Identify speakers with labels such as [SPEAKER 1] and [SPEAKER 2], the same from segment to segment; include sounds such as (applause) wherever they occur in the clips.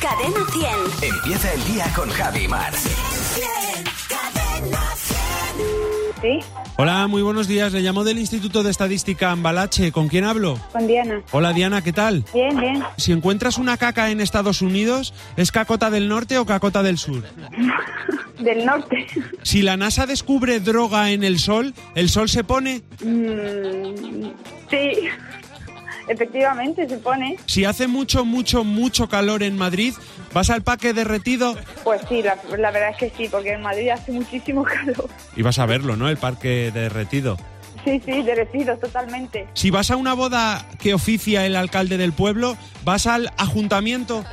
[SPEAKER 1] Cadena 100.
[SPEAKER 2] Empieza el día con Javi Mar.
[SPEAKER 3] Sí,
[SPEAKER 4] Hola, muy buenos días. Le llamo del Instituto de Estadística Ambalache. ¿Con quién hablo?
[SPEAKER 3] con Diana.
[SPEAKER 4] Hola, Diana, ¿qué tal?
[SPEAKER 3] Bien, bien.
[SPEAKER 4] Si encuentras una caca en Estados Unidos, ¿es cacota del norte o cacota del sur?
[SPEAKER 3] Del norte. (laughs)
[SPEAKER 4] Si la NASA descubre droga en el sol, ¿el sol se pone?
[SPEAKER 3] Mm, sí, efectivamente se pone.
[SPEAKER 4] Si hace mucho, mucho, mucho calor en Madrid, ¿vas al parque derretido?
[SPEAKER 3] Pues sí, la, la verdad es que sí, porque en Madrid hace muchísimo (laughs) calor.
[SPEAKER 4] Y vas a verlo, ¿no? El parque derretido.
[SPEAKER 3] Sí, sí, derretido totalmente.
[SPEAKER 4] Si vas a una boda que oficia el alcalde del pueblo, ¿vas al ajuntamiento?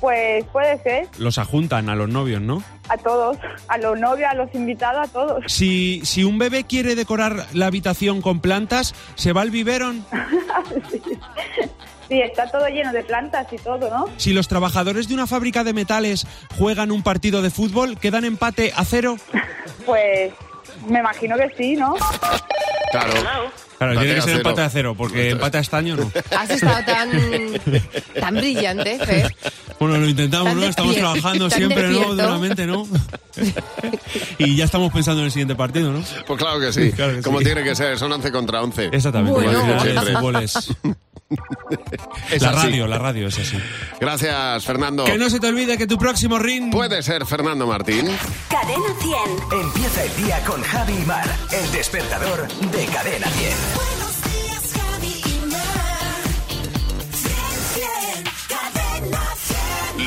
[SPEAKER 3] Pues puede ser
[SPEAKER 4] Los ajuntan a los novios, ¿no?
[SPEAKER 3] a todos, a los novios, a los invitados, a todos.
[SPEAKER 4] Si, si un bebé quiere decorar la habitación con plantas, ¿se va al biberón?
[SPEAKER 3] Sí, está todo lleno de plantas y todo, ¿no?
[SPEAKER 4] Si los trabajadores de una fábrica de metales juegan un partido de fútbol, ¿quedan empate a cero?
[SPEAKER 3] Pues me imagino que sí, ¿no?
[SPEAKER 5] Claro.
[SPEAKER 4] Claro, tiene que
[SPEAKER 5] a
[SPEAKER 4] ser
[SPEAKER 5] cero.
[SPEAKER 4] empate a cero, porque empate a estaño
[SPEAKER 5] (laughs)
[SPEAKER 4] no.
[SPEAKER 6] Has estado tan, tan brillante, Fer.
[SPEAKER 4] Bueno, lo intentamos,
[SPEAKER 6] Tan
[SPEAKER 4] ¿no? Estamos
[SPEAKER 6] despierto,
[SPEAKER 4] trabajando
[SPEAKER 6] tan
[SPEAKER 4] siempre, ¿no?
[SPEAKER 6] despierto.
[SPEAKER 4] Duramente,
[SPEAKER 5] (laughs)
[SPEAKER 4] ¿no? Y ya estamos pensando en el siguiente partido, ¿no?
[SPEAKER 5] Pues claro que sí.
[SPEAKER 4] Claro que
[SPEAKER 5] Como
[SPEAKER 4] sí.
[SPEAKER 5] tiene que ser, son 11 contra 11.
[SPEAKER 4] Exactamente.
[SPEAKER 6] Bueno.
[SPEAKER 4] como decía,
[SPEAKER 5] Siempre.
[SPEAKER 4] el fútbol es-
[SPEAKER 5] (laughs) Es
[SPEAKER 4] La
[SPEAKER 5] así. Oh.
[SPEAKER 4] radio, la radio es así.
[SPEAKER 5] Gracias, Fernando.
[SPEAKER 4] Que no se te olvide que tu próximo ring...
[SPEAKER 5] Puede ser Fernando Martín.
[SPEAKER 1] Cadena 100.
[SPEAKER 2] Empieza el día con Javi Mar. El despertador de Cadena 10.
[SPEAKER 7] Buenos días, Javi y Mar. Bien, bien, cadena 100.